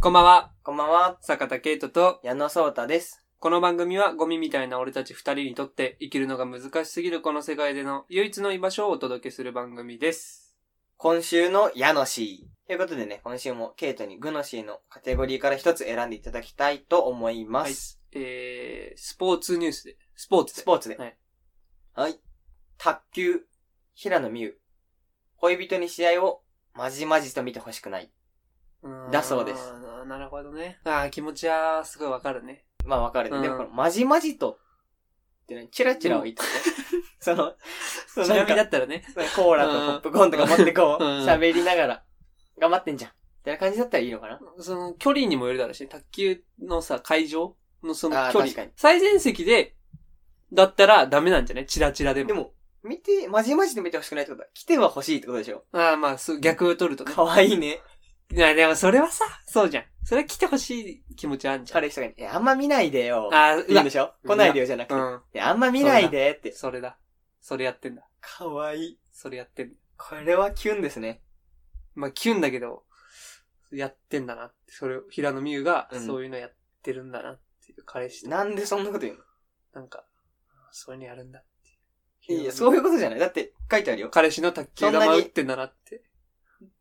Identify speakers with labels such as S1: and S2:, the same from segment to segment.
S1: こんばんは、
S2: こんばんは、
S1: 坂田圭人と、
S2: 矢野聡太です。
S1: この番組はゴミみたいな俺たち二人にとって生きるのが難しすぎるこの世界での唯一の居場所をお届けする番組です。
S2: 今週の矢のシー。ということでね、今週もケイトにグのシーのカテゴリーから一つ選んでいただきたいと思います。
S1: えー、スポーツニュースで、スポーツ
S2: ス
S1: で、
S2: ポーツで。
S1: はい。
S2: はい。卓球、平野美宇。恋人に試合をまじまじと見てほしくない。
S1: うーん
S2: だそうです。
S1: あーなるほどね。ああ、気持ちはすごいわかるね。
S2: まあわかるね。
S1: うん
S2: でもこのまじまじとってね、チラチラを言ってね。 その、その
S1: ち
S2: な
S1: なんみだ
S2: か、
S1: ったらね。
S2: コーラとポップコーンとか持ってこう、
S1: うん
S2: 喋りながら、頑張ってんじゃん。みたいな感じだったらいいのかな
S1: その距離にもよるだろうしね、卓球のさ、会場のその距
S2: あー
S1: 離
S2: 確かに。
S1: 最前席で、だったらダメなんじゃねチラチラでも。
S2: でも、見て、まじまじで見てほしくないってことは、来ては欲しいってことでしょ
S1: ああ、まあ、そう逆を取るとね。
S2: かわいいね。
S1: いや、でもそれはさ、そうじゃん。それは来てほしい気持ちはあんじゃん。
S2: 彼氏とかに、いや、あんま見ないでよ。っ
S1: ああ、
S2: て
S1: う
S2: 言う
S1: わ
S2: んで。しょ来ないでよじゃなくて。
S1: う
S2: い
S1: ん。
S2: や、あんま見ないでって。
S1: それだ。それやってんだ。
S2: かわいい。
S1: それやってんだ。
S2: これはキュンですね。
S1: まあ、キュンだけど、やってんだなって。それを、平野美宇が
S2: う、ん
S1: そういうのやってるんだなっていう彼氏と、
S2: なんでそんなこと言う
S1: なんか、そういうのやるんだって
S2: の
S1: いう。。
S2: いや、そういううことじゃない。だって、書いてあるよ。
S1: 彼氏の卓球
S2: そん
S1: 玉
S2: な
S1: 打
S2: に
S1: ってんだなって。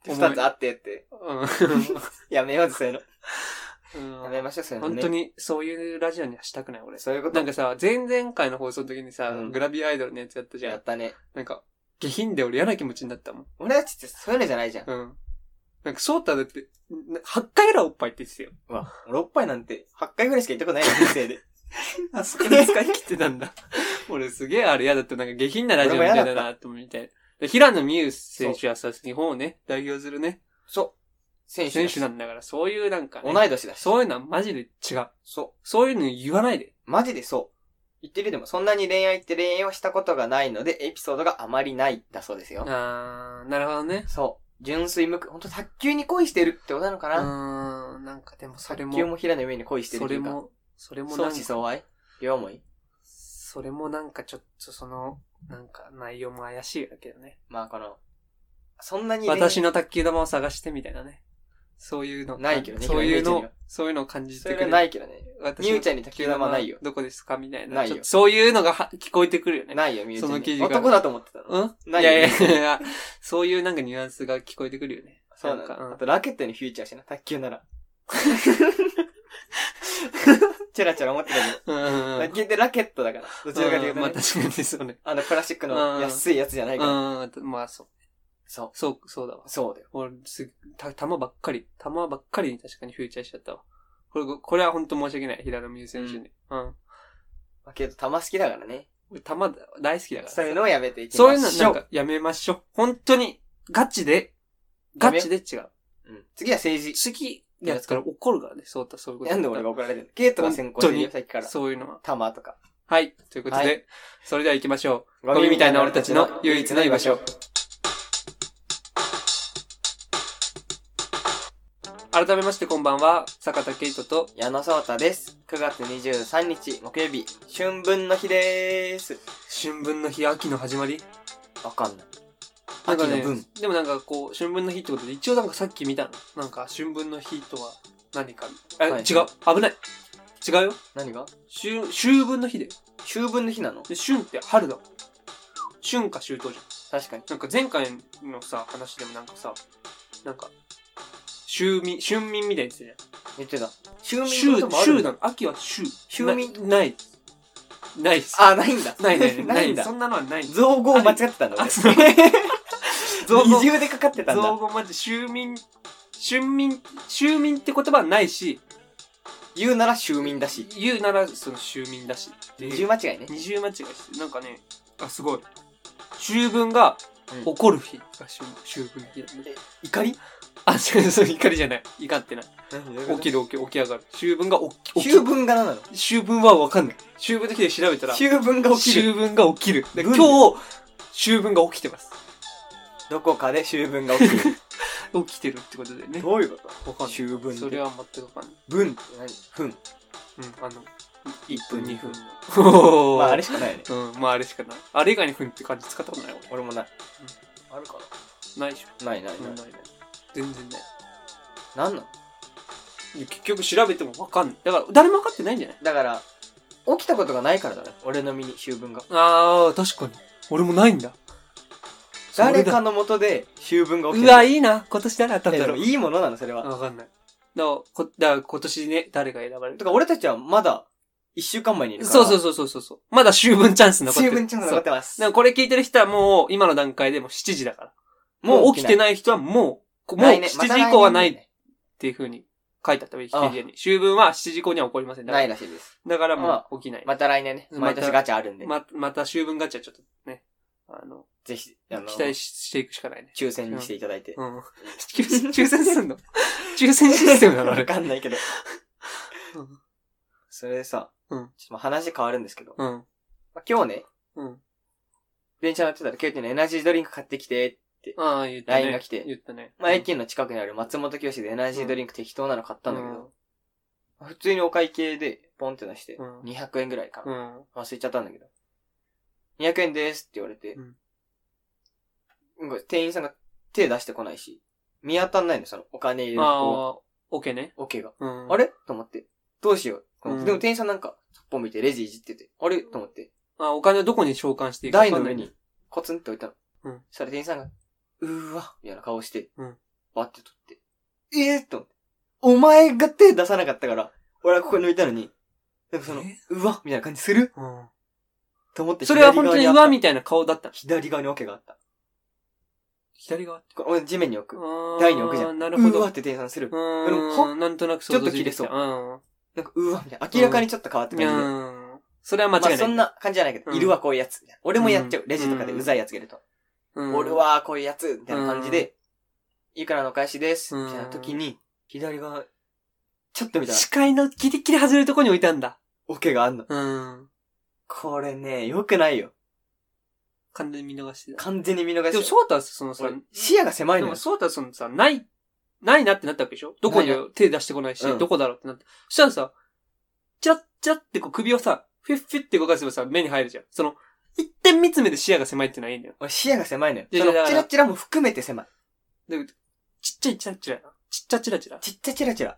S2: 二つあってって。
S1: う
S2: やめようぜ、そういうの。
S1: ん。
S2: やめましょう、そういうの、
S1: 本
S2: ね。
S1: 当。に、そういうラジオにはしたくない、俺。
S2: そういうこと。
S1: なんかさ、前々回の放送の時にさ、
S2: うん
S1: グラビアアイドルのやつやったじゃ
S2: や
S1: ん
S2: っ。たね。
S1: なんか、下品で俺嫌な気持ちになったもん。
S2: 俺たちってそういうのじゃないじゃん。
S1: うん。なんか、翔太だって、な8回ぐらいおっぱいって言ってたよ。
S2: うわ、俺おっぱいなんて、8回ぐらいしか行ったことないよ、人 生で。
S1: あそこで使い切ってたんだ。 俺すげえあれ嫌だった。なんか下品なラジオみたいだな、と思って。で平野美宇選手はさ、日本をね、代表するね、
S2: そう。選手
S1: 選
S2: だ
S1: 手なんだから、そういうなんか、ね、
S2: 同い年だし。
S1: そういうのはマジで違う。
S2: そう。
S1: そういうの言わないで。
S2: マジでそう。言ってるでも、そんなに恋愛って恋愛をしたことがないので、エピソードがあまりないだそうですよ。
S1: あー、なるほどね。
S2: そう。純粋無垢。ほんと卓球に恋してるってことなのか
S1: う
S2: な、
S1: ーん、なんかでもそれ
S2: 卓球も
S1: も、
S2: 平野上に恋してる
S1: そ
S2: ってい
S1: れ
S2: うか。
S1: も、それも
S2: 相
S1: なん
S2: 思
S1: か、
S2: 相愛両思い
S1: それもなんかちょっとその、なんか内容も怪しいわけどね。
S2: まあこの、そんなに恋愛、
S1: 私の卓球玉を探してみたいなね。そういうの。
S2: ないけどね
S1: そういう
S2: ひろみちゃんに
S1: の
S2: は、
S1: そういうのを感じ
S2: そ
S1: て
S2: れ
S1: くれ
S2: が
S1: る。
S2: ないけどね。
S1: 私
S2: み
S1: の
S2: ゆちゃんに卓球玉ないよ。
S1: どこですかみたいな。
S2: ないよ
S1: ちょっとそういうのがは聞こえてくるよね。
S2: ないよ、みゆちゃんに。
S1: その記事が
S2: 男だと思ってたの。
S1: うん
S2: ない
S1: い
S2: よ
S1: やいやいや、そういうなんかニュアンスが聞こえてくるよね。
S2: そうな
S1: なんんか、
S2: だ。あ
S1: う
S2: とラケットにフューチャーしな、卓球 なら。チラチラ思ってたけ
S1: ん。うん
S2: ど。
S1: うん。
S2: 卓球ってラケットだから。どちらかというと、ね
S1: まあ確かにそうね。
S2: あの、プラスチックの安いやつじゃないから。
S1: うん。まあそう。
S2: そ
S1: そう、そうだわ
S2: う。。そうだよ。
S1: 俺、す、た、玉ばっかり、玉ばっかりに確かにフューチャーしちゃったわ。これ、これは本当申し訳ない。平野美宇選手に。うん。
S2: まあけど、玉好きだからね。
S1: 俺、玉大好きだからさ。
S2: そういうのをやめていきましょう。
S1: そういうのなんかやめましょう。本当に、ガチで、ガチで違う。
S2: うん次は政治。
S1: 次のやつから怒るからね、そうた、そういうこと。
S2: なんで俺が怒られるのゲートが先行してるよ、
S1: 本
S2: さっきから。
S1: そういうのは。
S2: 玉とか。
S1: はい。ということで、
S2: は
S1: それでは行きましょう。ゴミみたいな俺たちの唯一の居場所。。改めましてこんばんは、坂田圭人と、
S2: 矢野聡太です。9月23日木曜日、春分の日でーす。
S1: 春分の日、秋の始まり
S2: わかんない。
S1: なん
S2: 秋
S1: か
S2: の
S1: ね
S2: 分。、
S1: でもなんかこう、春分の日ってことで、一応なんかさっき見たの。なんか、春分の日とは何か。え、
S2: はい
S1: 違う。危ない。違うよ。
S2: 何が
S1: 秋、秋分の日だよ。
S2: 秋分の日なの
S1: で、春って春だもん。春か秋冬じゃん。
S2: 確かに。
S1: なんか前回のさ、話でもなんかさ、なんか、秋眠、春眠みたいに言ってたじゃん。
S2: 言ってた。秋眠
S1: 週、
S2: のこともある
S1: 週なの。秋は週。
S2: 週民
S1: なない。ないっす。
S2: あ、 ないんだ。
S1: ないないない。
S2: ないんだ
S1: そ。んなのはない。
S2: 造語を間違ってたんだ、
S1: あ
S2: 俺。
S1: そう造語
S2: 二重でかかってたん
S1: 造
S2: だ。
S1: 語まで、秋眠、春眠、秋眠って言葉はないし、
S2: 言うなら秋眠だし。
S1: 言うならその秋眠だし。っていう
S2: 二重間違いね。
S1: 二重間違いして、なんかね、あ、すごい。秋分が
S2: うん
S1: 怒る日が秋秋分日だね。
S2: 怒り
S1: あ、違う、そう、怒りじゃない。怒ってない。起きる起きる、起き上がる。秋分が起き、起き
S2: 秋分が何なの
S1: 秋分はわかんない。秋分の日で調べたら、
S2: 秋分が起きる。
S1: 秋分が起きる。で
S2: 文
S1: 今
S2: で
S1: 日、秋分が起きてます。
S2: どこかで秋分が起き る。
S1: 起きてるってことでね。
S2: どういうこ
S1: わ
S2: と
S1: かん
S2: 秋
S1: な
S2: 分
S1: い。
S2: っ
S1: それ
S2: て。
S1: は全くわかんない。
S2: 分って何分。
S1: うん、あの、1
S2: 分
S1: 分、2分 の。
S2: まああれしかないよね。
S1: うん、まああれしかない。あれ以外に分って感じ使ったことない
S2: 俺もない。あるか
S1: 俺。ないでし
S2: なないない
S1: ょ。
S2: な
S1: ない
S2: い。
S1: ない。全然ない。
S2: 何なの
S1: 結局調べてもわかんない。だから、誰もわかってないんじゃない
S2: だから、起きたことがないからだね。俺の身に秋分が。
S1: ああ、確かに。俺もないんだ。
S2: 誰かの元で秋分が起き
S1: う
S2: て
S1: わ、いいな。今年誰当たっ
S2: え
S1: た
S2: で
S1: ろ
S2: も
S1: う。
S2: いいものなの、それは。
S1: わかんない。だから、こだから今年ね、誰が選ばれる
S2: だから俺たちはまだ、一週間前にいるから。
S1: そうそうそうそうそうそう。まだ秋分チャンス残って
S2: 十
S1: る。
S2: 分チャンス残ってます
S1: で。もこれ聞いてる人はもう、今の段階でもう7時だから。もう起きて
S2: い。
S1: ない人はもう、もう
S2: 来
S1: 7
S2: 年
S1: 時以降はない
S2: また来年
S1: っ
S2: だよね
S1: ていう風に書いてあった、ウィキペディアに。秋分は7時以降には起こりません。だか
S2: な
S1: ら
S2: いらしいです。
S1: だからもう起きない。
S2: また来年ね。
S1: また
S2: 毎年ガチャあるんで。
S1: ま、また秋分ガチャちょっとね、あの、
S2: ぜひ、あの、
S1: 期待ししていくしかないね。
S2: 抽選にしていただいて。
S1: うん。 抽選抽選すん の抽選システムなのあ
S2: わ
S1: れ。
S2: かんないけど
S1: うん。
S2: それでさ、
S1: うん
S2: ちょっと話変わるんですけど、
S1: うん。
S2: まあ今日ね、
S1: うん。
S2: 電車乗ってたら、ケイティのエナジードリンク買ってきて、
S1: ああ、言ったね。
S2: LINE が来て
S1: 言ったね。
S2: まあ、駅の近くにある松本清でエナジードリンク適当なの買ったんだけど、普通にお会計で、ポンって出して
S1: うん、
S2: 200円ぐらいか
S1: う
S2: な。
S1: ん。
S2: 忘れちゃったんだけど、200円ですって言われて
S1: うん、
S2: うん店員さんが手出してこないし、見当たんないの、そのお金入れる
S1: あ
S2: 方、
S1: あ、オケね。
S2: オケが。
S1: うん。
S2: あれと思って。どうしようと思って。
S1: うん
S2: でも店員さんなんか、そっぽ見てレジいじってて。あれと思って。
S1: あお金をどこに召喚していいか
S2: 台
S1: 分か
S2: の
S1: んな
S2: 上
S1: い。
S2: に、コツンって置いたの。
S1: うん
S2: そしたら店員さんが、うーわ、みたいな顔して、
S1: うん
S2: バッて取って。ええー、と思って。お前が手出さなかったから、俺はここに置いたのに、なんかその
S1: え、
S2: うわ、みたいな感じする
S1: うん。
S2: と思って
S1: それは本当にうわみ
S2: た
S1: た
S2: い
S1: いな顔だったの。
S2: 左側にオケがあった。
S1: 左側
S2: これ俺地面に置く。
S1: 台
S2: 台に置くじゃん。
S1: なるほ
S2: うー
S1: ど。
S2: わ
S1: う
S2: って店員さんする。
S1: ーん。なんとなく想像できてきた
S2: ちょっと切れそう
S1: うん。
S2: なんか、うわ、みたいな。明らかにちょっと変わった
S1: う
S2: 感じで。
S1: ーん。それは間違いな
S2: ま
S1: い。
S2: あそんな感じじゃないけど、
S1: うん
S2: いるわ、こういうやつ。みたいな俺もやっちゃう。
S1: うん
S2: レジとかでうざいやつがいると。
S1: うん、
S2: 俺はこういうやつみたいな感じで、いくらのお返しです
S1: うん
S2: みたいな時に、左側、ちょっと見たら、
S1: 視界のギリギリ外れるとこに置いたんだ。
S2: オケがあんの。
S1: うん。
S2: これね、良くないよ。
S1: 完全に見逃してた。
S2: 完全に見
S1: で
S2: 逃
S1: も、
S2: して
S1: そうたはそのさ
S2: 俺、視野が狭い
S1: で
S2: のよ
S1: も、。そうたはそのさ、ない、ないなってなったわけでしょどこに
S2: ない
S1: 手出してこないし、
S2: うん
S1: どこだろうってなった。そしたらさ、チラッチラッってこう首をさ、フィッフィッって動かせばさ、目に入るじゃん。その、一点見つめて視野が狭いってのはいいんだよ。
S2: 俺視野が狭いのよ。
S1: いや
S2: その
S1: いやだか
S2: チ
S1: ら
S2: ラチラも含めて狭い。
S1: ちっちゃいチラチラやな。ちっちゃチラチラ。
S2: ちっちゃいチラチラ。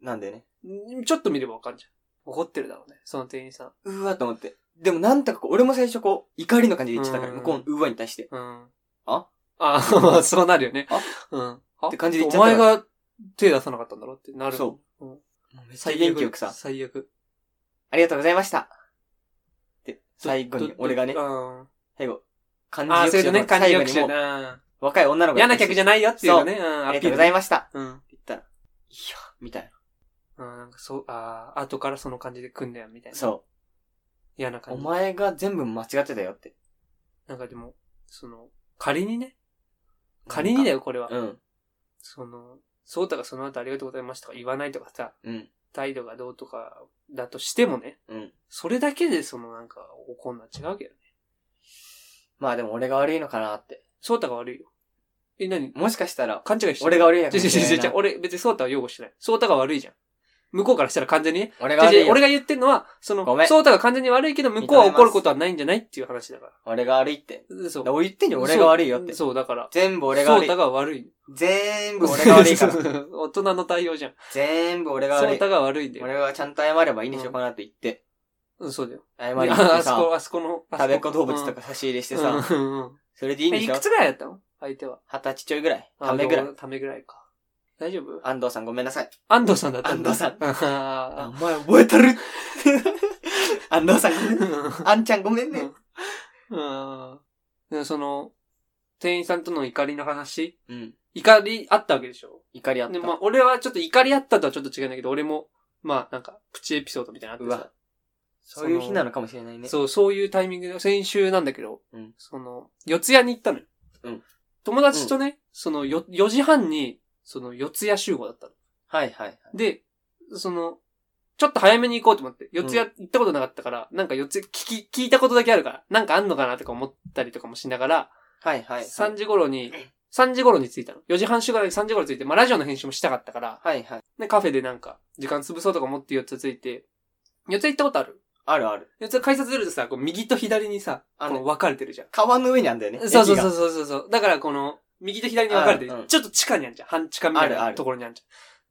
S2: なんでね。
S1: んちょっと見ればわかんじゃん。怒ってるだろうね、その店員さん。
S2: うわと思って。でもなんとかこう、俺も最初こう、怒りの感じで言ってたから、
S1: うん
S2: 向こうのうわに対して。
S1: うん。
S2: あ
S1: あ、 そうなるよね。
S2: あ
S1: うん。あ
S2: って感じで言っちゃ
S1: お
S2: った
S1: 前
S2: ら
S1: が手出さなかったんだろってなる。。
S2: そう
S1: ん、
S2: もうめっちゃ
S1: 最
S2: 元
S1: 悪
S2: 気よくさ、
S1: 最悪。
S2: ありがとうございました。で、最後に
S1: ど、ど
S2: 俺がね
S1: う、ん。あ
S2: 最後、感
S1: あー、そ
S2: じ
S1: れ
S2: よ
S1: と
S2: く
S1: ね、感じ
S2: 最後
S1: よく
S2: に
S1: しよ
S2: も
S1: う
S2: う、
S1: な。
S2: 若い女の子
S1: 嫌な客じゃないよっていうのね。うん、
S2: あ
S1: ア
S2: り
S1: ピール
S2: がとうございました。
S1: うん。うん。
S2: 言ったら、いや、みたい
S1: なんかそう、ああ、後からその感じで来んだよ、みたい
S2: な。
S1: な。
S2: そ
S1: 嫌な
S2: う。
S1: 感
S2: お
S1: じ。
S2: 前が全部間違ってたよって。
S1: なんかでも、その、仮にね、仮にだ
S2: よ。
S1: よ、これは。
S2: うん。
S1: その、そうたがその後ありがとうございましたとか言わないとかさ、
S2: うん。
S1: 態度がどうとかだとしてもね、
S2: うん。
S1: それだけでそのなんか怒んのは違うわけどね。
S2: まあでも俺が悪いのかなって。
S1: ソータが悪いよ。え、何
S2: もしかしたら、
S1: 勘違いして
S2: 俺が悪いや
S1: 違う違う違う違う
S2: 俺
S1: 俺別にソータは擁護してない。ソータが悪いじゃん。向こうからしたら完全にね。
S2: 俺が
S1: 違う
S2: 悪
S1: 違
S2: いう
S1: 俺
S2: よ。
S1: が言ってるのは、その
S2: ごめ、ん
S1: ソータが完全に悪いけど、向こうは怒ることはないんじゃないっていう話だから。
S2: 俺が悪いって。
S1: うんそう
S2: だから。俺言ってんじゃん、俺が悪いよって。
S1: そう、だから。
S2: 全部俺が悪
S1: ソータ
S2: い。
S1: が悪い。
S2: 全部俺が悪い から。
S1: 大人の対応じゃん。
S2: 全部俺
S1: ソ
S2: が悪
S1: ー
S2: い。
S1: タが悪いんだよ。
S2: 俺がちゃんと謝ればいいんでし
S1: う
S2: ょ
S1: ん
S2: かなと言って。
S1: うん、そうだよ。
S2: 謝りに行っ
S1: あ
S2: て
S1: あそ
S2: さ、
S1: こ、あそこの、あそこ
S2: 食べっ子動物とか差し入れしてさ、
S1: うんうんうん
S2: それでいいん
S1: え
S2: で
S1: い
S2: しょ
S1: くつぐらいだったの相手は。
S2: 二十歳ちょいぐらい。
S1: あ
S2: ためぐらい
S1: ど。うためぐらいか。大丈夫
S2: 安藤さんごめんなさい。
S1: 安藤さんだったんだ。
S2: 安藤さん あ
S1: あ
S2: お前覚えたる 安藤さんごめん。
S1: ー。
S2: あんちゃんごめんね。
S1: うん。でその、店員さんとの怒りの話
S2: うん。
S1: 怒りあったわけでしょ
S2: 怒りあっ
S1: で、
S2: た。
S1: まあ、俺はちょっと怒りあったとはちょっと違うんだけど、俺も、まあ、なんか、プチエピソードみたいなの
S2: う
S1: あって
S2: わ
S1: さ。。
S2: そういう日なのかもしれないね。
S1: そう、そういうタイミングで、先週なんだけど、
S2: うん
S1: その、四谷に行ったのよ。
S2: うん
S1: 友達とね、その、よ、4時半に、その、四谷集合だったの。
S2: はいはいはい。
S1: で、その、ちょっと早めに行こうと思って、四谷行ったことなかったから、なんか四谷聞き、聞いたことだけあるから、なんかあんのかなとか思ったりとかもしながら、
S2: はいはいはい。
S1: 3時頃に、3時頃に着いたの。4時半集合で3時頃に着いて、まあラジオの編集もしたかったから、
S2: はいはい。
S1: で、カフェでなんか、時間潰そうとか思って四つ着いて、四谷行ったことある
S2: あるある。
S1: 四谷改札出るとさ、こう右と左にさ、
S2: あ
S1: こ
S2: の
S1: の分かれてるじゃん。
S2: 川の上にあんだよね。
S1: そうそうそう
S2: 駅が。
S1: そうそうそう。だからこの、右と左に分かれて
S2: うんうん
S1: ちょっと地下にあんじゃん。半地下みたい
S2: あるあ
S1: な
S2: る
S1: ところにあんじ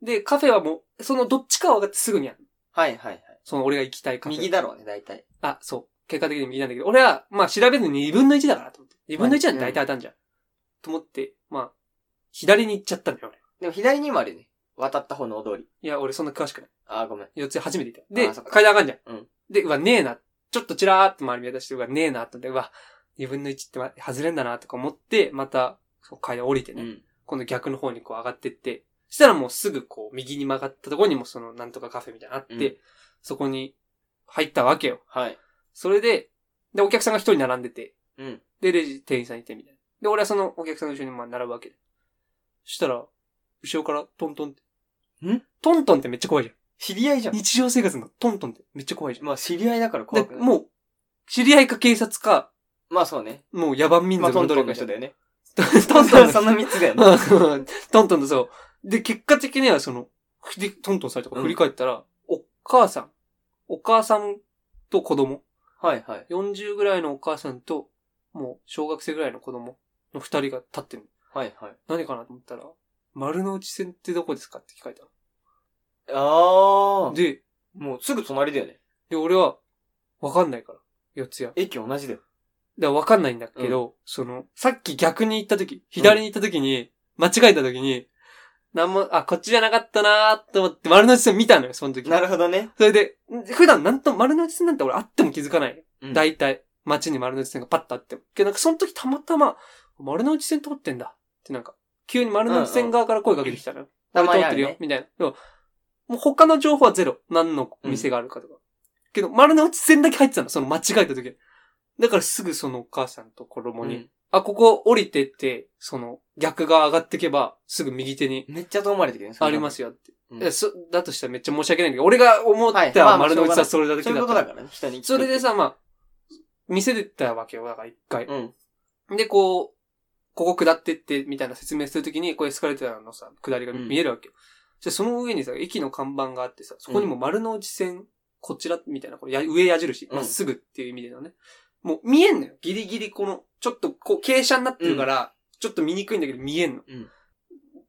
S1: ゃん。で、カフェはもう、そのどっちかは分かってすぐにある。
S2: はいはいはい。
S1: その俺が行きたいカフェ。
S2: 右だろうね、大体。
S1: あ、そう。結果的に右なんだけど、俺は、まあ調べずに2分の1だからと思って。2分の1なんて大体当たんじゃん。と思って、まあ、左に行っちゃったんだよ、俺。
S2: でも左にもあるよね。渡った方の大通り。
S1: いや、俺そんな詳しくない。
S2: あー、ごめん。
S1: 四つ初めて行った
S2: あ
S1: よ。
S2: ー
S1: で
S2: そっ、か
S1: 階段上がんじゃん。
S2: うん
S1: で、うわ、ねえな。ちょっとちらーっと周り見渡して、うわ、ねえなと思って、うわ、2分の1ってま外れんだなとか思って、また、そう階段降りてね。
S2: うん。
S1: 今度逆の方にこう上がってって、したらもうすぐこう右に曲がったところにもそのなんとかカフェみたいなのあって、
S2: うん
S1: そこに入ったわけよ。
S2: はい。
S1: それで、で、お客さんが一人並んでて、
S2: うん。
S1: で、レジ店員さんいてみたいな。で、俺はそのお客さんの後ろにまあ並ぶわけで。そしたら、後ろからトントンって。
S2: ん
S1: トントンってめっちゃ怖いじ
S2: 知り合いじ
S1: ゃ
S2: ゃ
S1: ん。
S2: ん。
S1: 日常生活のトントンってめっちゃ怖いじゃん。
S2: まあ知り合いだから怖
S1: で、
S2: くない。
S1: もう、知り合いか警察か、
S2: まあそうね。
S1: もう野蛮民
S2: まあ
S1: 族
S2: ト
S1: の
S2: ン
S1: どれ
S2: トン
S1: か
S2: の
S1: じゃん
S2: 人だよね。
S1: トン トンの人
S2: その3つだよね。
S1: うん トントンとそう。で、結果的にはその、ふりトントンされたから振り返ったら、お母さん、お母さんと子供、
S2: はいはい。
S1: 40ぐらいのお母さんと、もう小学生ぐらいの子供の二人が立ってる。
S2: はいはい。
S1: 何かなと思ったら、丸の内線ってどこですかって聞かれた
S2: あ
S1: の。
S2: ー。
S1: で、
S2: もうすぐ隣だよね。
S1: で、俺は、わかんないから、四ツ谷。
S2: 駅同じだよ。
S1: だからわかんないんだけど、その、さっき逆に行った時、左に行った時に、間違えた時に、なんも、あ、こっちじゃなかったなーと思って丸の内線見たのよ、その時。
S2: なるほどね。
S1: それで、ん普段なんと丸の内線なんて俺あっても気づかないよ。
S2: うん
S1: 大体、街に丸の内線がパッとあっても。けどなんかその時たまたま、丸の内線通ってんだってなんか、急に丸の内線側から声かけてきたのよ。
S2: たま
S1: 俺
S2: に
S1: 通って
S2: あ
S1: る
S2: る
S1: よ、
S2: ね。
S1: みたいな。でも、もう他の情報はゼロ。何のお店があるかとか。けど、丸の内線だけ入ってたの、その間違えた時。だからすぐそのお母さんと子供に、
S2: うん
S1: あ、ここ降りてって、その逆が上がってけば、すぐ右手に
S2: めっちゃ遠回りできるね。
S1: あります
S2: よ。
S1: よって。
S2: うん
S1: いやそだとしたらめっちゃ申し訳ないんだけど、俺が思っ
S2: はい
S1: た
S2: まあまあ
S1: 丸の内は
S2: し
S1: それだけだ
S2: そ
S1: っ
S2: うい
S1: た。
S2: うことだからね。人に。
S1: それで、さ、まあ、見せてたわけよ、だから一回。
S2: うん。
S1: で、こう、ここ下ってって、みたいな説明するときに、こうエスカレーターのさ、下りが見えるわけよ。じゃあその上にさ、駅の看板があってさ、そこにも丸の内線、こちら、みたいな、これや上矢印、
S2: うん
S1: まっすぐっていう意味でのね。もう見えんのよ。ギリギリこの、ちょっとこう傾斜になってるから、ちょっと見にくいんだけど見えんの。
S2: うん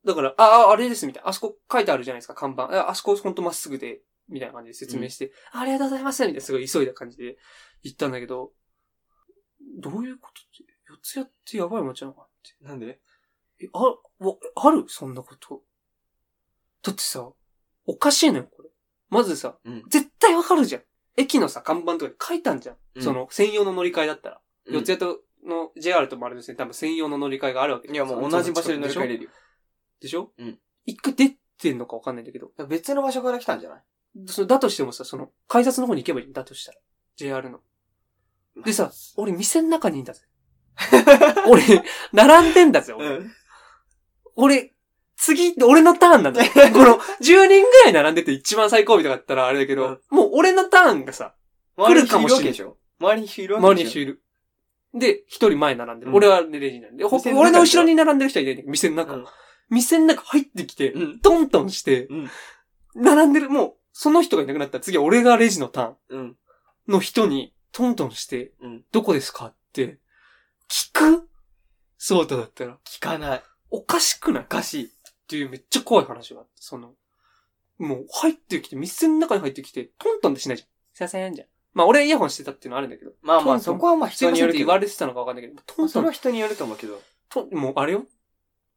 S1: だから、あ、ああれです、みたいな。あそこ書いてあるじゃないですか、看板。ああそこほんとまっすぐで、みたいな感じで説明して、ありがとうございます、みたいな、すごい急いだ感じで言ったんだけど、どういうこと四ツ谷ってやばい街なのかなって。
S2: なんで
S1: え、あ、わあるそんなこと。だってさ、おかしいのよ、これ。まずさ、
S2: うん。
S1: 絶対わかるじゃん。駅のさ、看板とかに書いたんじゃん。
S2: うん
S1: その、専用の乗り換えだったら。
S2: うん
S1: 四ツ谷と、の JR と丸ですね、多分専用の乗り換えがあるわけ
S2: いやもう同じ場所で乗り換えれ
S1: る。
S2: るよ。
S1: でしょ
S2: うん
S1: 一回出てんのかわかんないんだけど。
S2: 別の場所から来たんじゃない
S1: そのだとしてもさ、その、改札の方に行けばいいんだとしたら。JR の。でさ、俺店の中にい んだぜ。俺、並んでんだぜ、俺。
S2: うん。
S1: 俺、次、俺のターンなんだよ。この、10人ぐらい並んでて一番最後尾とかだったらあれだけど、もう俺のターンがさ、
S2: 周りに
S1: 来るかもしれない
S2: 人いるわけでしょ周りに人いるわけ
S1: 周
S2: で
S1: りに
S2: しょ
S1: 人いる。で、一人前並んでる。
S2: うん
S1: 俺はレジなんで。ほ
S2: 店の中
S1: 俺の後ろに並んでる人はいないんだけど、店の中。
S2: うん
S1: 店の中入ってきて、
S2: うん
S1: トントンして、
S2: うん
S1: 並んでる、もう、その人がいなくなったら次は俺がレジのターン
S2: うん。
S1: の人に、トントンして、
S2: うん
S1: どこですかって、聞くそうだったら、
S2: 聞かない。
S1: おかしくない
S2: おかしい。
S1: っていうめっちゃ怖い話があって、その、もう入ってきて、店の中に入ってきて、トントンってしないじゃん。すいません、じゃん。まあ俺イヤホンしてたっていうのはあるんだけど、
S2: まあ
S1: ト
S2: ま
S1: ント
S2: あ
S1: ン
S2: そこはまあ
S1: すい
S2: 人
S1: ま
S2: に
S1: せんっ
S2: よる
S1: て
S2: け
S1: 言わ
S2: ど。
S1: れてたのかわかんないけど、トン
S2: そ
S1: ト
S2: れ
S1: ン
S2: は、人によると思うけど。
S1: トンもうあれよ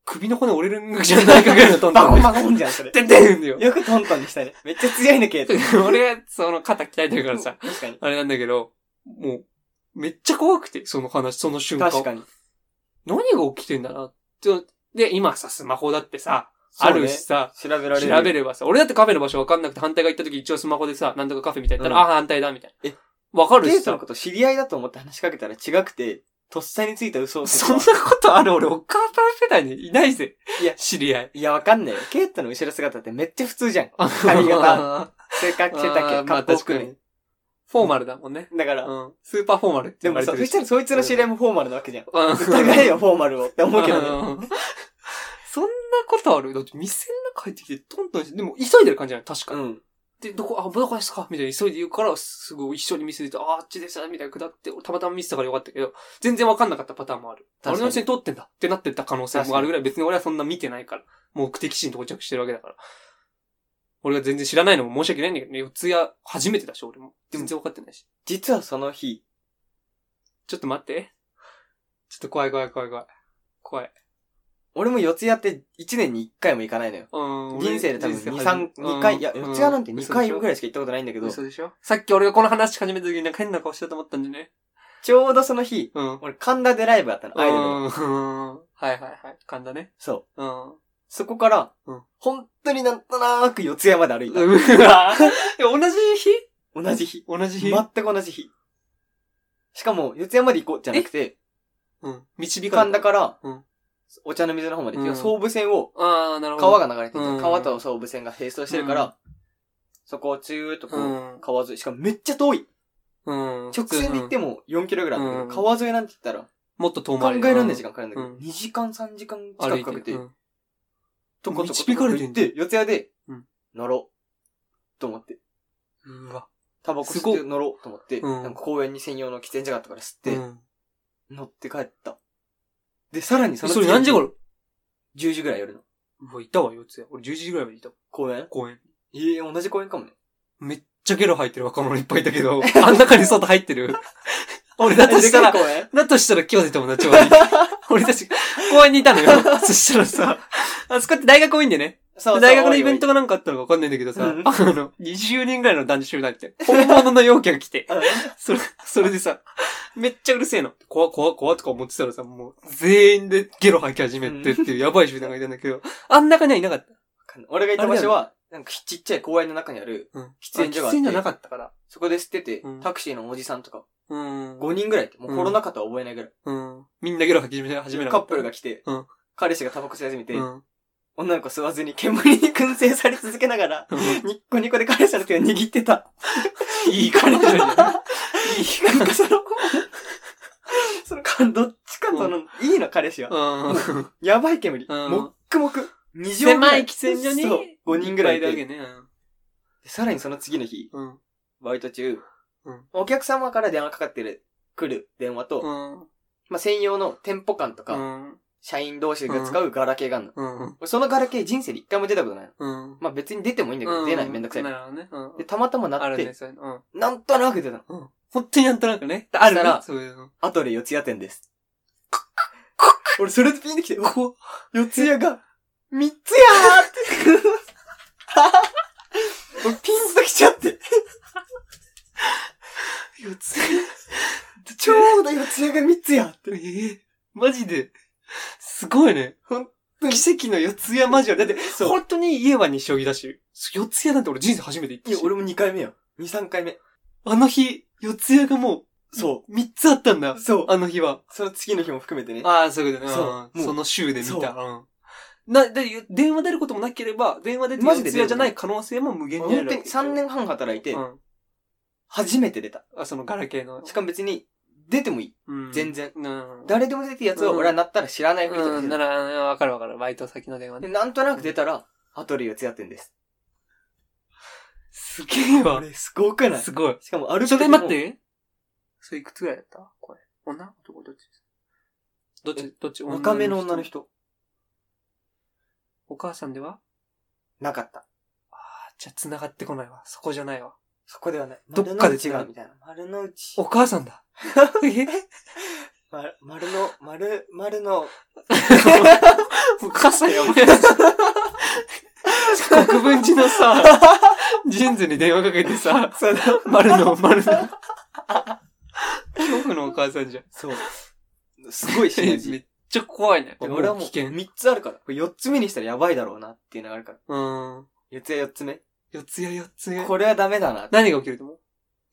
S1: 首の骨折れるんじゃないかぐらいのトン
S2: バ
S1: ト
S2: コン
S1: ン。
S2: バコンじゃん、それ。
S1: てんてんだよ。
S2: よくトントンにしたね。めっちゃ強いね、ケイト。
S1: 俺がその肩鍛えてるからさ、
S2: 確かに。
S1: あれなんだけど、もう、めっちゃ怖くて、その話、その瞬間。
S2: 確かに。
S1: 何が起きてんだなって。で、今さ、スマホだってさ、あるしさ、
S2: そうね。調べられる。
S1: 調べればさ、俺だってカフェの場所分かんなくて反対が行った時一応スマホでさ、なんとかカフェみたいな言ったら、ああ、反対だ、みたいな。
S2: え
S1: 分かる
S2: ケ
S1: し
S2: イトの
S1: さ
S2: こ。と知り合いだと思って話しかけたら違くて、とっさについた嘘をつく
S1: そんなことある俺、お母さん世代にいないぜ。
S2: いや
S1: 知り合い。
S2: いや、わかんないよ。ケイトの後ろ姿ってめっちゃ普通じ ゃん。
S1: あ
S2: 髪型。性格してた
S1: あ
S2: け
S1: ー
S2: ど、
S1: まあ
S2: 格
S1: 確
S2: 好含
S1: か
S2: め
S1: に。 フォーマルだもんね。
S2: だから、
S1: うん。スーパーフォーマルって
S2: で
S1: 言わ
S2: も
S1: れて
S2: さ、
S1: る
S2: そ
S1: し
S2: したらそいつの知り合いもフォーマルなわけじゃん。
S1: うん
S2: 疑えよ、フォーマルをって思うけどね。
S1: うんそんなことあるだって店の中入ってきてトントンして、でも急いでる感じじゃない確かに。
S2: ん。
S1: で、どこ、あ、どこですかみたいな急いで言うから、すぐ一緒に見せて、あ、あっちですみたいな下って、たまたま見せたからよかったけど、全然わかんなかったパターンもある。
S2: 確かに
S1: 俺のうちに通ってんだってなってた可能性もあるぐらい、別に俺はそんな見てないから、目的地に到着してるわけだから。俺が全然知らないのも申し訳ないんだけどね、四ツ谷初めてだし、俺も。
S2: でも
S1: 全然分かってないし。
S2: 実はその日、
S1: ちょっと待って。ちょっと怖い怖い怖い怖い。怖い。
S2: 俺も四ツ谷って1年に1回も行かないのよ。
S1: うーん。
S2: 人生で多分
S1: 人
S2: 2、
S1: 生
S2: 3、2回、いや、
S1: うん
S2: 四ツ谷なんて2回
S1: 嘘でしょ
S2: ぐらいしか行ったことないんだけど、
S1: 嘘でしょさっき俺がこの話始めた時になんか変な顔したと思ったんでね。
S2: ちょうどその日、
S1: うん。
S2: 俺神田でライブあったの、アイドル
S1: う
S2: の。
S1: んうんはいはいはい。神田ね。
S2: そう。
S1: うん。
S2: そこから
S1: うん、
S2: 本当になんとなーく四ツ谷まで歩いた。
S1: うわ え同じ日
S2: 同じ日。
S1: 同じ日、
S2: 全く同じ日。しかも、四ツ谷まで行こうじゃなくて、
S1: うん。導かれ
S2: 神
S1: た
S2: 田から
S1: うん、
S2: お茶の水の方まで行って、
S1: うん
S2: 総武線を、
S1: ああ、なるほど。
S2: 川が流れてて、
S1: うん
S2: 川と総武線が並走してるか
S1: うん
S2: ら、そこをつゆーっとこう、
S1: うん。
S2: 川沿い、しかもめっちゃ遠い。
S1: うん。
S2: 直線で行って
S1: も。
S2: も4キロぐらいあるんだけど、
S1: うん
S2: 川沿いなんて言ったら、
S1: もっと遠
S2: 考
S1: 回
S2: え
S1: り。
S2: られない時間かかるんだけ
S1: う
S2: ど、
S1: ん
S2: 2時間3時間
S1: うん
S2: 近くかけて、
S1: うん
S2: とことこと
S1: 導かれて
S2: 行
S1: ん
S2: っ
S1: だ
S2: て、四ツ谷で
S1: うん、
S2: 乗ろう。と思って。
S1: うわ。
S2: タバコ
S1: すご
S2: 吸っ
S1: って
S2: 乗ろうと思って、
S1: うん
S2: なんか公園に専用の喫煙所があったから吸って、
S1: うん
S2: 乗って帰った。で、さらにその
S1: それ何時頃
S2: ?10 時ぐらい夜の。
S1: うわ、いたわ、四つや。俺10時ぐらいまでいたわ。
S2: 公園
S1: 公園。
S2: ええ同じ公園かもね。
S1: めっちゃゲロ吐いてる若者いっぱいいたけど、あん中に外入ってる。俺だとしたら
S2: えで、かい公園
S1: だとしたら今日で友達は、俺たち、公園にいたのよ。そしたらさ、あそこって大学多いんでね。
S2: そうそう
S1: 大学のイベントがなんかあったのかわかんないんだけどさ、
S2: うん
S1: あの、20人ぐらいの男女集団って、本物の陽キャが来て、
S2: 多い多い
S1: それ、それでさ、めっちゃうるせえの。怖、怖、怖とか思ってたらさ、もう、全員でゲロ吐き始めてっていうやばい集団がいたんだけど、あん中にはいなかった。
S2: うん俺がいた場所は、なんかちっちゃい公園の中にある、
S1: うん。
S2: 喫煙所があって
S1: 喫煙所なかったから。
S2: そこで吸ってて、
S1: うん
S2: タクシーのおじさんとか、
S1: うん。
S2: 5人ぐらいいて、もううんコロナ禍とは思えないぐらい。
S1: うん。みんなゲロ吐き始め始めな
S2: カ
S1: かっ
S2: ッ
S1: た。
S2: プルが来て、
S1: うん
S2: 彼氏がタバコ吸い始めて、
S1: うん。
S2: 女の子吸わずに煙に燻製され続けながら、 ニッコニコで彼氏の手を握ってた。
S1: いい彼女 じゃん。
S2: いい、なんかその、そのか、どっちかとの、いいの彼氏は。
S1: うん。
S2: やばい煙。
S1: うん
S2: もっくもく。二畳ぐ
S1: 狭
S2: ら
S1: い喫煙所に、
S2: そう、5人ぐらい
S1: いだ
S2: で。
S1: けね。
S2: さらにその次の日、
S1: うん。
S2: バイト中、
S1: うん
S2: お客様から電話かかってる、来る電話と、
S1: うん。
S2: まあ、専用の店舗間と
S1: う
S2: か、
S1: ん。
S2: 社員同士が使うガラケーがあるの。
S1: うん。
S2: 俺そのガラケー人生で一回も出たことないの。
S1: うん。
S2: まあ、別に出てもいいんだけど、出ないめんどくさい。
S1: なるほどね。うん
S2: で、たまたま
S1: あ
S2: なっ
S1: る
S2: て、
S1: ね、そういうの。
S2: なんとなく出たの。
S1: うん。うん。本当になんとなくね。ある
S2: そしたら
S1: な、そういうの。
S2: 後で四ツ谷店です。俺それでピンできて、うわ四ツ谷が、三つやーって。俺ピンときちゃって。
S1: 四つ。
S2: ちょうど四ツ谷が三つやって。
S1: ええマジで。すごいね。
S2: 本
S1: 当に。奇跡の四ツ谷マジでだって、
S2: そう
S1: 本当に家は西荻だし、四ツ谷なんて俺人生初めて行っ
S2: い
S1: た
S2: や、
S1: し。
S2: 俺も2回目よ。2、3回目。
S1: あの日、四ツ谷がも、
S2: そう
S1: 三つあったんだ
S2: う。。そう。
S1: あの日は。
S2: その次の日も含めてね。
S1: ああ、そういうことね。
S2: そう
S1: う
S2: も
S1: ん
S2: う
S1: その週で見
S2: そう
S1: た。うん。な、で、電話出ることもなければ、電話出て
S2: マジで
S1: 四谷じゃない可能性も無限にあるわ
S2: 本
S1: け
S2: 当に
S1: ですよ。
S2: 3年半働いて
S1: う、ん。
S2: 初めて出た。
S1: あ、そのガラケーの。
S2: しかも別に、出てもいい。
S1: うん
S2: 全然。
S1: うん。
S2: 誰でも出ていいやつは俺はなったら知らないふりとか
S1: う
S2: し
S1: ん、
S2: て
S1: な
S2: た
S1: ら、わかるわかる。バイト先の電話
S2: で
S1: ね。
S2: なんとなく出たら、後で四ツ谷店です。
S1: すげえわ。
S2: れすごく
S1: すごい。
S2: しかも歩く
S1: そ
S2: 時
S1: れ
S2: も
S1: 待って。それいくつぐらいだったこれ。女男どっちどっ
S2: え
S1: ちどっち
S2: 若めの女の。人。
S1: お母さんでは
S2: なかった。
S1: あ、じゃあ繋がってこないわ。そこじゃないわ。
S2: そこではない。
S1: どっかで
S2: 丸の内がみたいな。丸の内。
S1: お母さん だ。え
S2: ま丸の、丸、丸の、
S1: お母さんやばい。国分寺のさ、ジーンズに電話かけてさ、
S2: そうだ。
S1: 丸の、丸の。恐怖のお母さんじゃん。
S2: そう。すごい シ
S1: め
S2: ナ
S1: っ
S2: ジー。
S1: ちゃ怖いね。
S2: で俺はもう
S1: 危険。
S2: 3つあるから。これ4つ目にしたらやばいだろうなっていうのがあるから。
S1: うん。
S2: 四つ谷4つ目。
S1: 四つ谷四つ谷。
S2: これはダメだなって。
S1: 何が起きると思う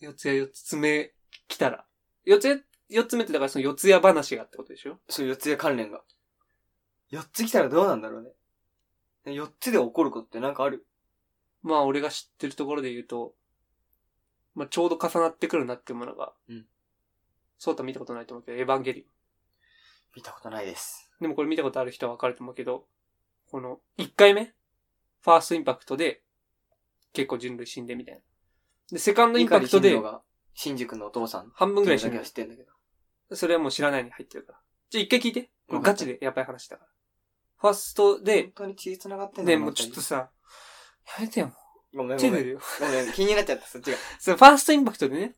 S1: 四つ谷四つ目来たら。四つ谷、四つ目ってだからその四つ谷話がってことでしょ
S2: そう、四つ谷関連が。4つ来たらどうなんだろうね。4つで起こることってなんかある
S1: まあ俺が知ってるところで言うと、まあちょうど重なってくるなっていうものが、
S2: うん。
S1: そうた見たことないと思うけど、エヴァンゲリオン。
S2: 見たことないです。
S1: でもこれ見たことある人はわかると思うけど、この1回目ファーストインパクトで、結構人類死んでみたいな。で、セカンドインパクト
S2: 碇
S1: で
S2: 慎吾、が新宿のお父さん。
S1: 半分ぐらい死
S2: だ
S1: ん
S2: け
S1: で
S2: は知ってんだけど。
S1: それはもう知らないに入ってるから。じゃあ一回聞いて。これ
S2: わか
S1: ガ
S2: った
S1: チでやばい話だから。ファーストで
S2: 本、当に血繋がってんだ
S1: ね、
S2: な
S1: もうちょっとさ、やめてよ、も
S2: ごめん
S1: チ
S2: ご
S1: ェネ
S2: めん。
S1: ルよ。
S2: ごめん、気になっちゃった、そっ ちが。
S1: そう、ファーストインパクトでね。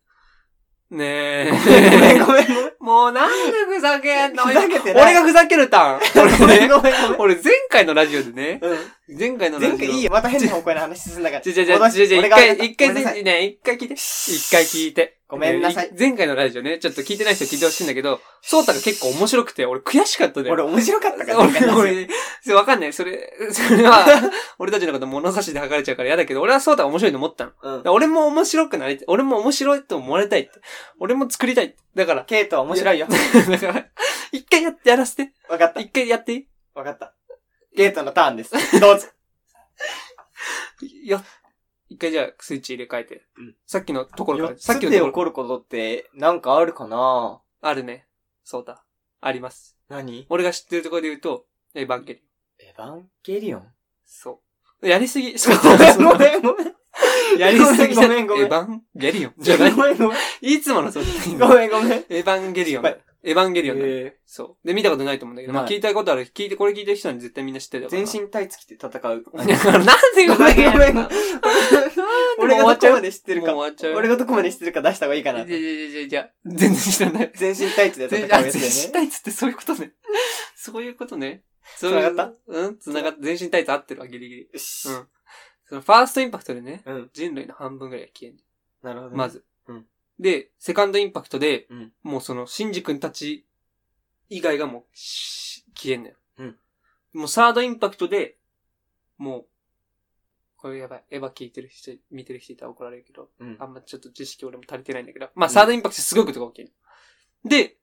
S1: ね
S2: ごめん、
S1: え。
S2: ごめん、ごめん。
S1: もうなんでふざけんの
S2: ふざけてない
S1: 俺がふざけるターン。
S2: ごめ
S1: 俺
S2: ん、
S1: ね。
S2: ごめん、ご
S1: 俺前回のラジオでね。
S2: めん。うん
S1: 前回のラジ
S2: 前
S1: オ。
S2: 回いいよ、また変な方向への話進んだから。
S1: じゃじゃじゃ
S2: 戻し
S1: じゃじゃ
S2: 俺
S1: 一
S2: が
S1: 回、
S2: 悪かった
S1: 一回
S2: ごめんなさい
S1: 全ね、一回聞いて。一回聞いて。
S2: ごめんなさい
S1: えー前回のラジオね、ちょっと聞いてない人聞いてほしいんだけど、ソータが結構面白くて、俺悔しかったね。
S2: 俺面白かったから、前回
S1: 俺、
S2: の話
S1: 俺、それわかんない。それ、それは、俺たちのこと物差しで測れちゃうから嫌だけど、俺はソータが面白いと思ったの。だ
S2: うん
S1: か。ら俺も面白くなりたい。俺も面白いと思われたいって。俺も作りたいって。だから、
S2: ケイトは面白いよ。
S1: だから、一回やって、やらせて。
S2: わかった。
S1: 一回やっていい
S2: わかった。ケイトのターンです。ど うぞ。
S1: いや、一回じゃあスイッチ入れ替えて。
S2: うん
S1: さっきのところから、さ
S2: さ
S1: っ
S2: っ
S1: き
S2: き
S1: のと
S2: で
S1: こ
S2: 起
S1: ろ。
S2: こることって、なんかあるかな
S1: あるね。そうだ。あります。
S2: 何
S1: 俺が知ってるところで言うと、エヴァンゲリオン。
S2: エヴァンゲリオン
S1: そう。やりすぎ。そう
S2: ごめん、ごめん。
S1: やりすぎじゃ
S2: ごめんごめん
S1: エヴァンゲリオンじゃない
S2: ご。めん、ごめん。
S1: いつものそうじゃない
S2: ごめん、ごめん。
S1: エヴァンゲリオン
S2: 失敗。
S1: エヴァンゲリオンだ。
S2: え
S1: そう。で、見たことないと思うんだけど、まあ
S2: はい
S1: 聞いたことある。聞いて、これ聞いてる人に絶対みんな知ってる
S2: ー
S1: だろう
S2: 全
S1: な。
S2: 身タイツ着て戦う。
S1: だから なんでこれやるの
S2: 俺がどこまで知ってる
S1: も
S2: か
S1: う。終わっちゃう。
S2: 俺がどこまで知ってるか出した方がいいかな。
S1: いやいやいやいや、 全然知らない。
S2: 全身タイツで戦
S1: 全
S2: う
S1: 然、あ、
S2: やつ
S1: 全
S2: だ
S1: 身
S2: よね。
S1: タイツってそういうことね。 そういうことね。そういう
S2: 繋がっ
S1: うん繋がった。全身タイツ合ってるわ、ギリギリ。
S2: よし
S1: うん。その、ファーストインパクトでね、
S2: うん。
S1: 人類の半分ぐらいが消えんの
S2: なるほどね。
S1: まず
S2: うん。
S1: で、セカンドインパクトで
S2: うん、
S1: もうその、シンジ君たち以外がもうし、消えんのよ。
S2: うん
S1: もうサードインパクトで、もう、これやばい。エヴァ聞いてる人、見てる人いたら怒られるけど、
S2: うん
S1: あ。んまちょっと知識俺も足りてないんだけど。まあ、サードインパクトすごいことが起きる。で、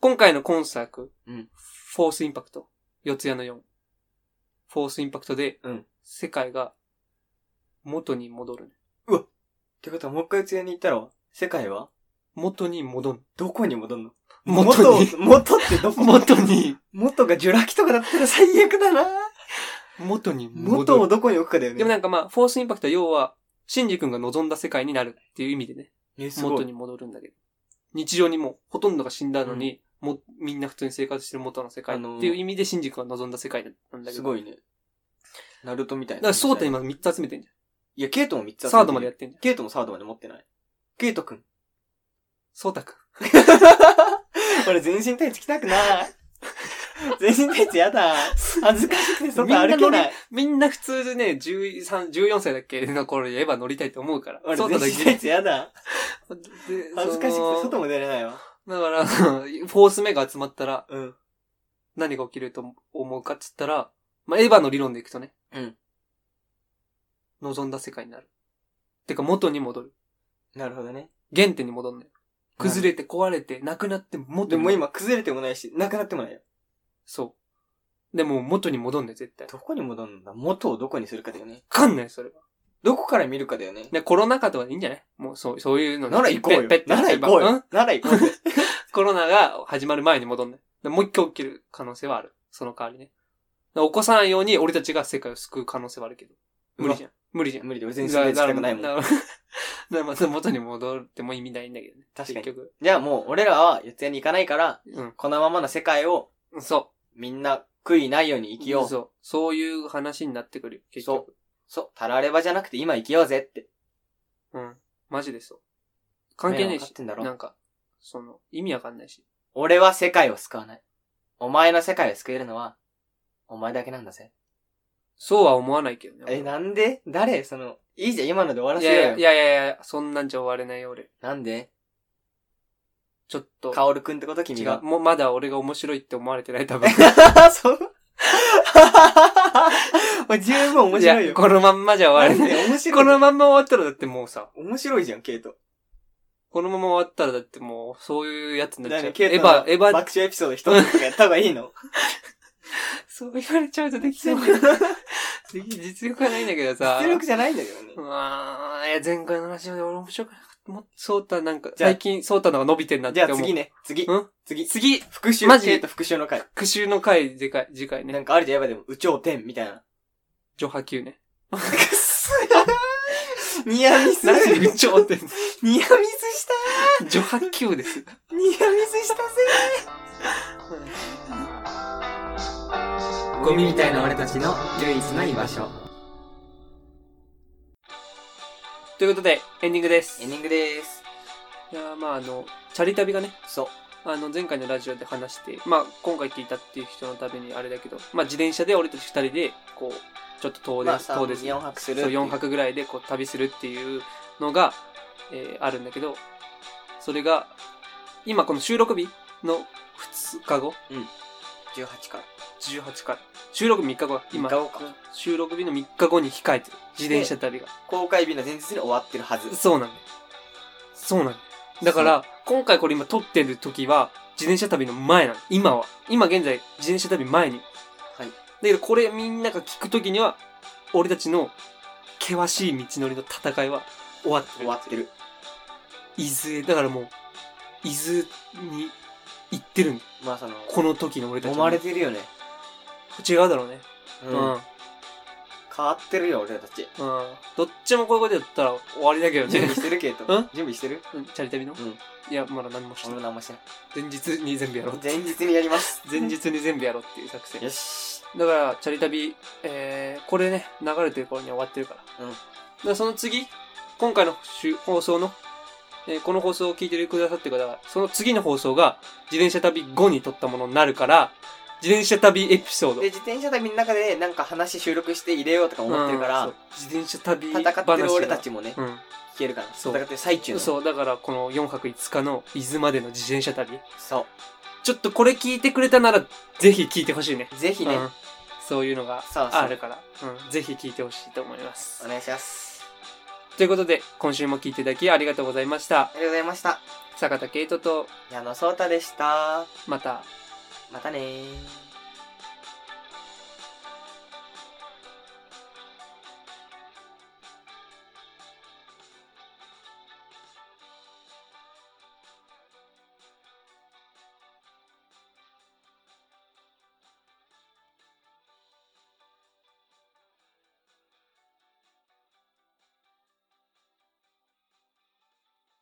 S1: 今回の今作、
S2: うん
S1: フォースインパクト、四谷の4。フォースインパクトで、
S2: うん
S1: 世界が元に戻るね。
S2: ってことは、もう一回強に行ったら、世界は
S1: 元に戻る。
S2: どこに戻んの
S1: 元に
S2: 元元ってどこ
S1: 元に、
S2: 元がジュラ紀とかだったら最悪だな
S1: 元に戻
S2: 元を
S1: る。
S2: どこに置くかだよね。
S1: でもなんかまあ、フォースインパクトは要は、シンジ君が望んだ世界になるっていう意味でね、
S2: ね、すご
S1: 元
S2: い。
S1: に戻るんだけど。日常にもう、ほとんどが死んだのに、もうみんな普通に生活してる元の世界っていう意味で、シンジ君が望んだ世界なんだけど。
S2: すごいね。ナルトみたい
S1: だ
S2: な。
S1: から、ソータ今3つ集めてんじ
S2: いや、ケイトも3つ
S1: ゃん。
S2: 集めてる
S1: サードまでやってんじゃん。
S2: ケイトもサードまで持ってない。ケイトくん。
S1: ソータくん。
S2: 俺全身タイツ着たくない。全身タイツやだ。恥ずかしくて外歩
S1: み
S2: け
S1: んな乗
S2: な
S1: り
S2: い。
S1: みんな普通でね、13 14歳だっけの頃にエヴァ乗りたいと思うから。
S2: 俺
S1: ソータだ
S2: 全 身タイ
S1: け。
S2: ツやだ。
S1: で
S2: 恥ずかし
S1: そ
S2: くて
S1: の
S2: 外も出れないわ。
S1: だから、 フォース目が集まったら
S2: うん。
S1: 何が起きると思うかって言ったら、まあ、エヴァの理論でいくとね。
S2: うん
S1: 望んだ世界になる。てか、元に戻る。
S2: なるほどね。
S1: 原点に戻んね。崩れて壊れて、なくなって元
S2: で
S1: に
S2: も
S1: 戻る。
S2: 今崩れてもないし、なくなってもないよ。
S1: そう。でも、元に戻んね、絶対。わ
S2: どこに戻るんだ元をどこにするかだよね。
S1: かんない、それ。
S2: どこから見るかだよね。
S1: ね、コロナ禍とかでいいんじゃないもう、そう、そういうのね
S2: なら行こう
S1: ペ
S2: よ
S1: ッペッ。ペッ
S2: なら
S1: ペッ
S2: 行こうよ
S1: ん。
S2: なら行こうぜ。
S1: コロナが始まる前に戻んない。でもう一回起きる可能性はある。その代わりね。だから起こさないように俺たちが世界を救う可能性はあるけど。無理じゃん。無理じゃん。
S2: 無理で俺全身タイツ着たくないもん
S1: だ。から、だ からだからまた元に戻っても意味ないんだけどね。
S2: 確かに
S1: 結局。
S2: じゃあもう俺らは四谷に行かないから、
S1: う
S2: このままの世界を
S1: ん。そ
S2: みんな悔いないよう
S1: う。
S2: に生きよう。
S1: そう。そういう話になってくるよ。結局。
S2: そう、たらればじゃなくて今生きようぜって。
S1: うん。マジでそう。関係ねえ
S2: 迷惑かか
S1: し
S2: っ。てんだろ
S1: なんか、その、意味わかんないし。
S2: 俺は世界を救わない。お前の世界を救えるのは、お前だけなんだぜ。
S1: そうは思わないけどね。
S2: え、なんで誰その、いいじゃん、今ので終わら
S1: い
S2: せよ
S1: や
S2: うよ。
S1: いやいやいや、そんなんじゃ終われないよ、俺。
S2: なんで
S1: ちょっと。
S2: カオルくんってこと君
S1: 違
S2: が
S1: う。。もうまだ俺が面白いって思われてない、 多分。
S2: そう。もう十分面白い
S1: や
S2: よ。
S1: このまんまじゃ終われない。
S2: なんで面白い。
S1: このまんま終わったらだってもうさ、
S2: 面白いじゃん、ケイト。
S1: このまま終わったらだってもう、そういうやつになっ
S2: だ
S1: ち
S2: か
S1: ゃ
S2: ら
S1: う。
S2: ケイト
S1: エ
S2: の
S1: ヴァ、エヴァ、
S2: 爆笑エピソード一つとかやった方がいいの
S1: そう言われちゃうとできそう。 実力はないんだけど さ。
S2: 出力じゃないんだけどね
S1: う。わーいや、前回のラジオで俺面白くなかった。もっと、ソータなんか、
S2: じゃあ
S1: 最近ソータのが伸びてんなっ
S2: じゃ
S1: て
S2: あ
S1: 思う。
S2: 次ね、次
S1: う。ん
S2: 次。
S1: 次、
S2: 復習
S1: マジ
S2: ケイト復習の回。
S1: 復習の回、次回、次回
S2: な
S1: ね。
S2: んかあるじゃん、やばいでも、宇宙天みた いな。
S1: ジョハ Q ね。
S2: くっすニアミス
S1: なんで部長って、
S2: ニアミスした
S1: ジョハ Q です。
S2: ニアミスしたぜゴミみたいな俺たちの唯一の居場所。
S1: ということで、エンディングです。
S2: エンディングです。
S1: いやーまああの、チャリ旅がね、
S2: そう。
S1: あの、前回のラジオで話して、まあ、今回聞いたっていう人のためにあれだけど、まあ、自転車で俺たち二人で、こう、ちょっと遠出、
S2: まあさ
S1: 遠出
S2: 4泊する
S1: そう、
S2: っていう
S1: 4泊ぐらいで、こう、旅するっていうのが、えーあるんだけど、それが、今この収録日の2日後、
S2: 18から。
S1: 18回、収録3日後、今、
S2: 3日後か
S1: 収録日の3日後に控えてる。自転車旅が。
S2: 公開日の前日に終わってるはず。
S1: そうなんだよ。そうなんだよ。だから、今回これ今撮ってる時は、自転車旅の前なの。今は。今現在、自転車旅前に。
S2: はい
S1: だけど、これみんなが聞く時には、俺たちの険しい道のりの戦いは終わって
S2: 終
S1: る。
S2: わってる。
S1: 伊豆へ、だからもう、伊豆に行ってるんだよ。
S2: まあその、
S1: この時の俺たち
S2: 揉
S1: は
S2: まれてるよね。
S1: 違うだろうね。
S2: う。
S1: うんん。うん。
S2: 変わってるよ、俺たち。
S1: どっちもこういうことやったら終わりだけど
S2: 準
S1: ね
S2: 備。してるけど。
S1: うん
S2: 準備してる
S1: うんチャリ旅の
S2: うん。
S1: いや、まだ何もして
S2: 俺
S1: な
S2: も
S1: い。
S2: 何もしてない。
S1: 前日に全部やろうって。
S2: 前日にやります。
S1: 前日に全部やろうっていう作戦。
S2: よし。
S1: だから、チャリ旅、えー、これね、流れてる頃には終わってるから。
S2: うん
S1: だからその次、今回の週放送の、えーこの放送を聞いてくださってる方は、その次の放送が、自転車旅後に撮ったものになるから、自転車旅エピソード。
S2: で、自転車旅の中でなんか話収録して入れようとか思ってるか
S1: うん
S2: ら、
S1: そう自転車旅話
S2: 戦ってる俺た
S1: が
S2: ちもね、
S1: う
S2: 聞けるから。
S1: そ
S2: 戦
S1: う
S2: ってる最中
S1: ん。
S2: の。
S1: そう、だからこの4泊5日の伊豆までの自転車旅。
S2: そ
S1: ちょっとこれ聞いてくれたなら、ぜひ聞いてほしいね。
S2: う。ぜひね
S1: う、んそういうのが
S2: そうそう
S1: あるから、うんぜひ聞いてほしいと思います
S2: お。願いします。
S1: ということで、今週も聞いていただきありがとうございました
S2: あ。りがとうございました。
S1: 坂田圭人と、
S2: 矢野聡太でした。
S1: また
S2: またねー。